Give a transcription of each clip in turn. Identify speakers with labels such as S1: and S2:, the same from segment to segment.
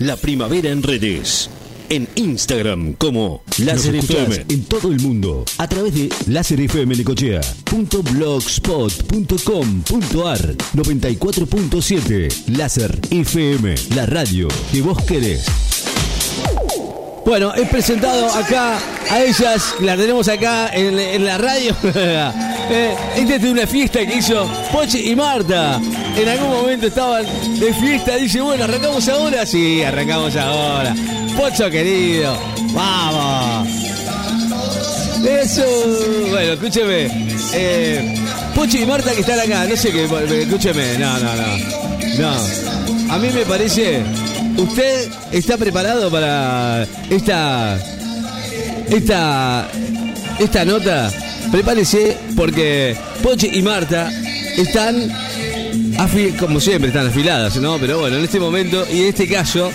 S1: La primavera en redes. En Instagram como Láser
S2: Nos escuchás
S1: FM.
S2: en todo el mundo a través de láserfmnecochea.blogspot.com.ar 94.7 Láser FM, la radio que vos querés.
S3: Bueno, es presentado acá a ellas, la tenemos acá en, en la radio. Eh, esta es de una fiesta que hizo Poche y Marta. En algún momento estaban de fiesta, dice, bueno, arrancamos ahora. Sí, arrancamos ahora. Pocho querido, vamos. Eso. Bueno, escúcheme. Eh, Pochi y Marta que están acá, no sé qué. Escúcheme, no, no, no. No. A mí me parece. ¿Usted está preparado para esta. Esta. Esta nota? Prepárese porque Pochi y Marta están. afi- como siempre, están afiladas, ¿no? Pero bueno, en este momento y en este caso.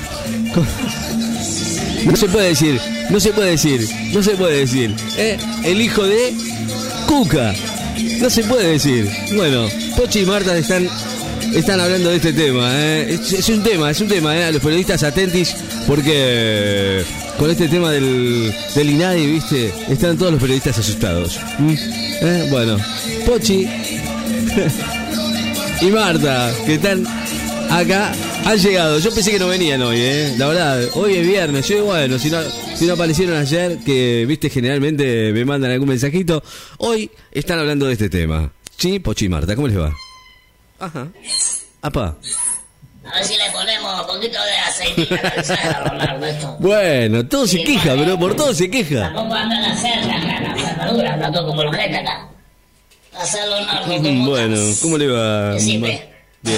S3: No se puede decir, no se puede decir, no se puede decir. ¿eh? El hijo de Cuca. No se puede decir. Bueno, Pochi y Marta están, están hablando de este tema. ¿eh? Es, es un tema, es un tema. ¿eh? A los periodistas atentis, porque con este tema del, del INADI, ¿viste? Están todos los periodistas asustados. ¿Mm? ¿Eh? Bueno, Pochi y Marta, que están acá, han llegado. Yo pensé que no venían hoy, ¿eh? La verdad, hoy es viernes. Yo, digo, bueno, si no, si no aparecieron ayer, que, viste, generalmente me mandan algún mensajito, hoy están hablando de este tema. Sí, Pochi y Marta, ¿cómo les va? Ajá. Apa.
S4: A ver si le ponemos un poquito de aceite a la cerda, Ronaldo, esto.
S3: Bueno, todo se queja, pero por todo se queja.
S4: Tampoco anda la cerda acá, la cerradura, anda todo como los gente acá. Hacerlo, Ronaldo,
S3: Mm,
S4: como
S3: Bueno, ¿cómo le va?
S4: Decime.
S3: Bien.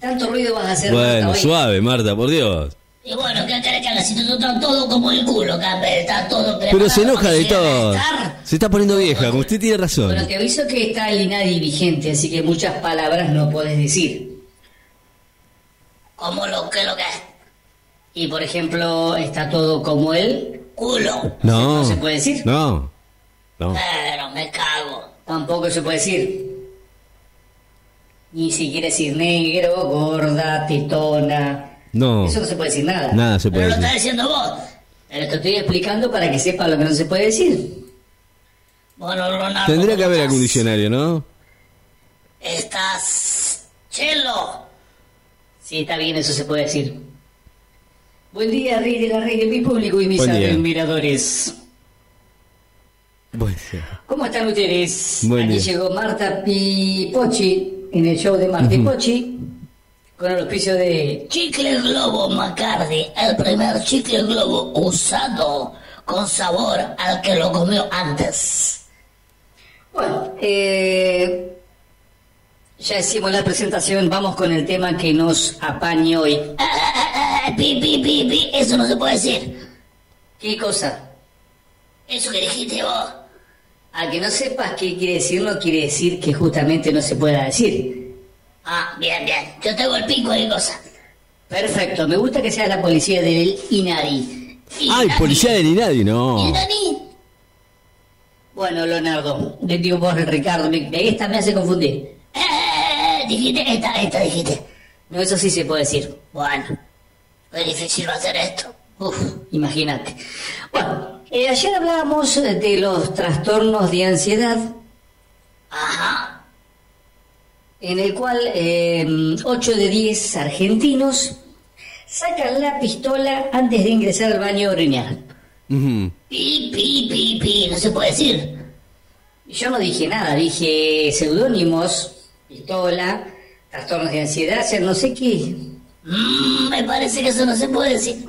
S4: Tanto ruido vas a hacer.
S3: Bueno,
S4: Ronaldo, hoy.
S3: suave, Marta, por Dios.
S4: Y bueno, ¿qué querés que haga? Si tú estás todo como el culo, Campe, está todo preparado.
S3: Pero se enoja de
S4: si debe
S3: todo.
S4: estar.
S3: Se está poniendo vieja, como usted tiene razón.
S5: Bueno, te aviso que está el INADI vigente, así que muchas palabras no podés decir.
S4: Como lo que lo que es.
S5: Y por ejemplo, está todo como él,
S4: Culo.
S3: No.
S5: ¿No se puede decir?
S3: No. No.
S4: Pero me cago.
S5: tampoco se puede decir. Ni si quieres decir negro, gorda, tetona.
S3: No.
S5: Eso no se puede decir nada.
S3: Nada se
S4: Pero
S3: puede
S4: lo estás
S3: decir.
S4: diciendo vos.
S5: Pero te estoy explicando para que sepa lo que no se puede decir.
S4: Bueno, Ronaldo.
S3: Tendría que
S4: ¿cómo
S3: haber
S4: estás?
S3: algún diccionario, ¿no?
S4: Estás. Chelo.
S5: Sí, está bien, eso se puede decir. Buen día, rey de la rey de mi público y mis
S3: Buen día.
S5: admiradores.
S3: Bueno.
S5: ¿Cómo están ustedes?
S3: Muy
S5: Aquí
S3: bien.
S5: llegó Marta Pipochi en el show de Marta Pipochi con el auspicio de...
S4: Chicle Globo Macardi, el primer chicle globo usado con sabor al que lo comió antes.
S5: Bueno, eh, ya hicimos la presentación, vamos con el tema que nos apañe hoy.
S4: Eh, eh, eh, pi, pi, pi, pi, eso no se puede decir.
S5: ¿Qué cosa?
S4: Eso que dijiste vos.
S5: Al que no sepas qué quiere decir, no quiere decir que justamente no se pueda decir.
S4: Ah, bien, bien. Yo tengo el pico de cosas.
S5: Perfecto, me gusta que seas la policía del INADI.
S4: Y
S3: ¡Ay,
S4: Dani-
S3: policía de Ninadi!
S4: ¿Y
S3: No.
S4: Dani?
S5: Bueno, Leonardo, le digo vos, Ricardo, me, me- esta me hace confundir.
S4: Eh, eh, eh, dijiste esta, esta dijiste.
S5: No, eso sí se puede decir.
S4: Bueno, es difícil va a ser esto.
S5: Uf, imagínate. Bueno, eh, ayer hablábamos eh, de los trastornos de ansiedad,
S4: Ajá.
S5: en el cual 8 de 10 argentinos sacan la pistola antes de ingresar al baño a orinar.
S3: Ujú.
S4: Pi, pi, pi, pi, no se puede decir.
S5: Yo no dije nada, dije seudónimos, pistola, trastornos de ansiedad, o sea, no sé qué.
S4: Mm, me parece que eso no se puede decir.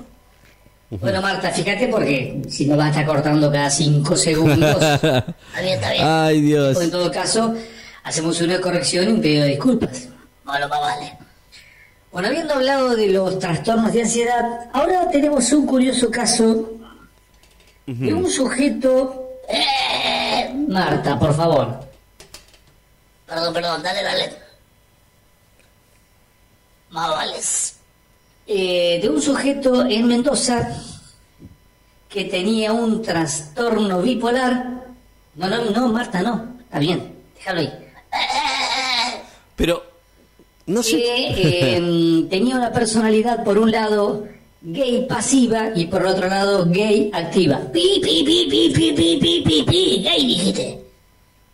S5: Bueno, Marta, fíjate porque si no va a estar cortando cada 5 segundos,
S4: Está bien, está bien.
S3: Ay, Dios.
S5: o en todo caso, hacemos una corrección y un pedido de disculpas.
S4: Bueno, más vale.
S5: Bueno, habiendo hablado de los trastornos de ansiedad, ahora tenemos un curioso caso de un sujeto...
S4: Eh,
S5: Marta, por favor.
S4: perdón, perdón, dale, dale. Más vales.
S5: Eh, de un sujeto en Mendoza que tenía un trastorno bipolar. No, no, no, Marta, no. Está bien, déjalo ahí.
S3: Pero. No
S5: em, Que eh, tenía una personalidad, por un lado, gay pasiva y por otro lado gay activa.
S4: Pi, pi, pi, pi, pi, pi, pi, pi, pi. Gay dijiste.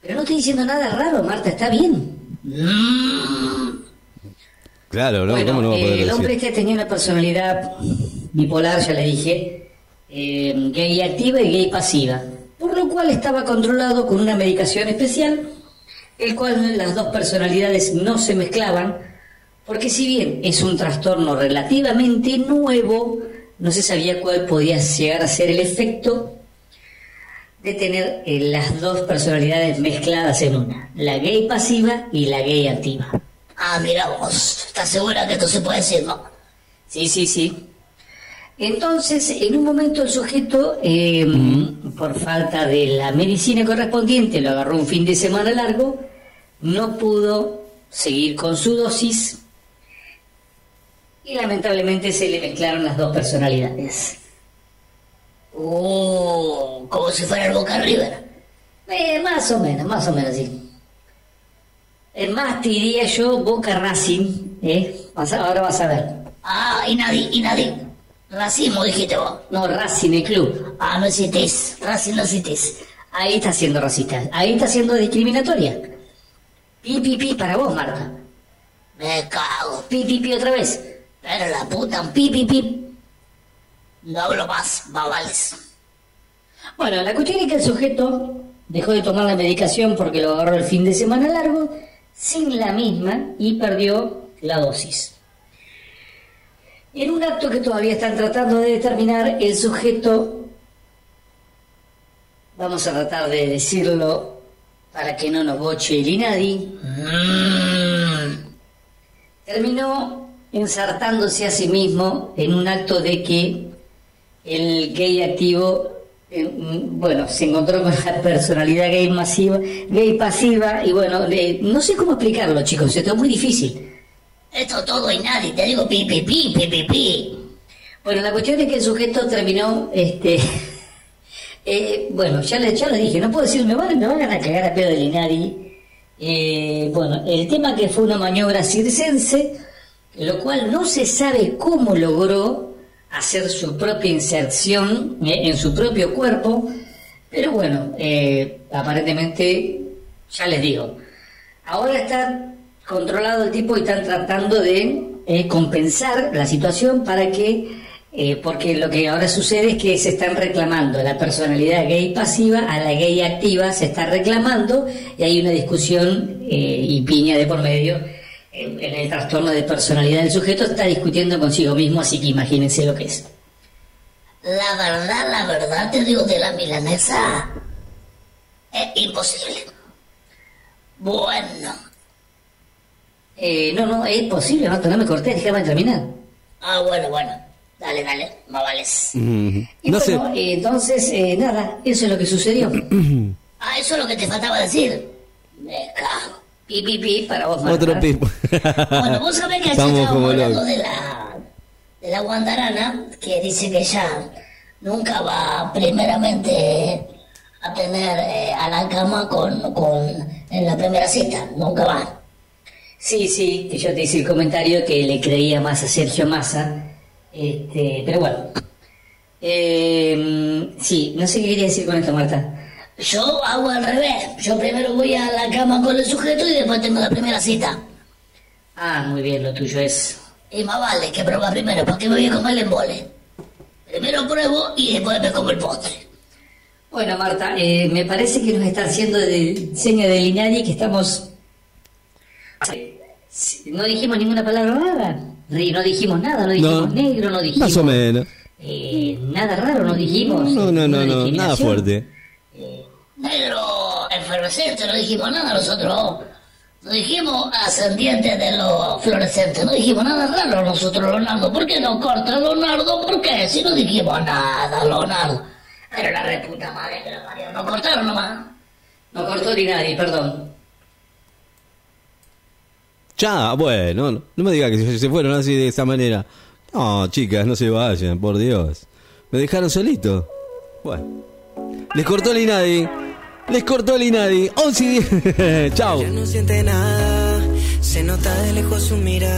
S5: Pero no estoy diciendo nada raro, Marta, está bien.
S3: Claro, ¿no?
S5: bueno,
S3: ¿Cómo no va a
S5: eh,
S3: poder
S5: el hombre
S3: decir?
S5: este tenía una personalidad bipolar, ya le dije, eh, gay activa y gay pasiva, por lo cual estaba controlado con una medicación especial, el cual las dos personalidades no se mezclaban, porque si bien es un trastorno relativamente nuevo, no se sabía cuál podía llegar a ser el efecto de tener eh, las dos personalidades mezcladas en una, la gay pasiva y la gay activa.
S4: Ah, mira vos. ¿Estás segura que esto se puede decir, no?
S5: Sí, sí, sí. Entonces, en un momento el sujeto, eh, por falta de la medicina correspondiente, lo agarró un fin de semana largo, no pudo seguir con su dosis y lamentablemente se le mezclaron las dos personalidades.
S4: Oh, como si fuera el Boca River.
S5: Eh, más o menos, más o menos, sí. Es más, te diría yo, Boca Racing, ¿eh? Vas a- ahora vas a ver.
S4: Ah, y nadie, y nadie. Racismo dijiste vos.
S5: No, Racing, el club.
S4: Ah, no
S5: E
S4: existís. Racing no existís.
S5: Ahí está siendo racista, ahí está siendo discriminatoria. Pi, pi, pi, para vos, Marta.
S4: Me cago.
S5: Pi, pi, pi, otra vez.
S4: Pero la puta, pi, pi, pi. No hablo más, babales.
S5: Bueno, la cuestión es que el sujeto dejó de tomar la medicación porque lo agarró el fin de semana largo sin la misma y perdió la dosis. En un acto que todavía están tratando de determinar, el sujeto, vamos a tratar de decirlo para que no nos boche el INADI, terminó ensartándose a sí mismo en un acto de que el gay activo, eh, mm, bueno, se encontró con la personalidad gay masiva, gay pasiva, y bueno, eh, no sé cómo explicarlo, chicos, esto es muy difícil.
S4: Esto todo y nadie. Te digo pi, pi, pi, pi, pi, pi.
S5: Bueno, la cuestión es que el sujeto terminó, este, eh, bueno, ya le, ya lo dije, no puedo decir, me van, me van a cagar a pedo del Inadi. Eh, bueno, el tema que fue una maniobra circense, lo cual no se sabe cómo logró hacer su propia inserción eh, en su propio cuerpo, pero bueno, eh, aparentemente, ya les digo, Ahora está controlado el tipo y están tratando de eh, compensar la situación para que, eh, porque lo que ahora sucede es que se están reclamando la personalidad gay pasiva a la gay activa, se está reclamando y hay una discusión eh, y piña de por medio. En en el trastorno de personalidad del sujeto está discutiendo consigo mismo, así que imagínense lo que es.
S4: La verdad, la verdad, te digo de la milanesa. Es imposible. Bueno.
S5: Eh, no, no, es posible, Marta, no me corté, déjame terminar.
S4: Ah, bueno, bueno. Dale, dale, babales.
S5: Y
S3: No sé.
S5: bueno, eh, entonces, eh, nada, eso es lo que sucedió.
S4: Ah, eso es lo que te faltaba decir. Me cago.
S5: Pi, pi, pi, para vos, Marta.
S3: Otro pipo.
S4: Bueno, vos sabés que
S3: Estamos
S4: ayer
S3: como
S4: estábamos hablando
S3: locos.
S4: de la, de la guandarana, que dice que ya nunca va primeramente a tener eh, a la cama con, con, en la primera cita, nunca va.
S5: Sí, sí, que yo te hice el comentario que le creía más a Sergio Massa. Este, pero bueno. Eh, sí, no sé qué quería decir con esto, Marta.
S4: Yo hago al revés, yo primero voy a la cama con el sujeto y después tengo la primera cita.
S5: Ah, muy bien, lo tuyo es.
S4: Y más vale que prueba primero, ¿para qué me voy a comer el embole? Primero pruebo y después me como el postre.
S5: Bueno, Marta, eh, me parece que nos está haciendo de seña del INADI que estamos. Eh, sí, No dijimos ninguna palabra rara. Ri- No dijimos nada, no dijimos negro, no dijimos.
S3: Más o menos.
S5: eh, nada raro, no
S3: No,
S5: dijimos.
S3: no, no,
S5: ninguna
S3: no, no, nada
S5: discriminación.
S3: fuerte.
S4: Negro efervescente, no dijimos nada nosotros. No dijimos ascendiente de los fluorescentes, no dijimos nada raro nosotros, Leonardo. ¿Por qué no corta Leonardo? ¿Por qué? Si no dijimos nada, Leonardo. Pero la reputa madre que lo parió, no cortaron nomás.
S5: No cortó ni nadie, perdón.
S3: Ya, bueno, no, no me digas que se, se fueron así de esa manera. No, chicas, no se vayan, por Dios. Me dejaron solito. Bueno. Les cortó el Inadi. Les cortó el Inadi. 11 y 10. Chao.
S6: Ya no siente nada, se nota de lejos su mirada.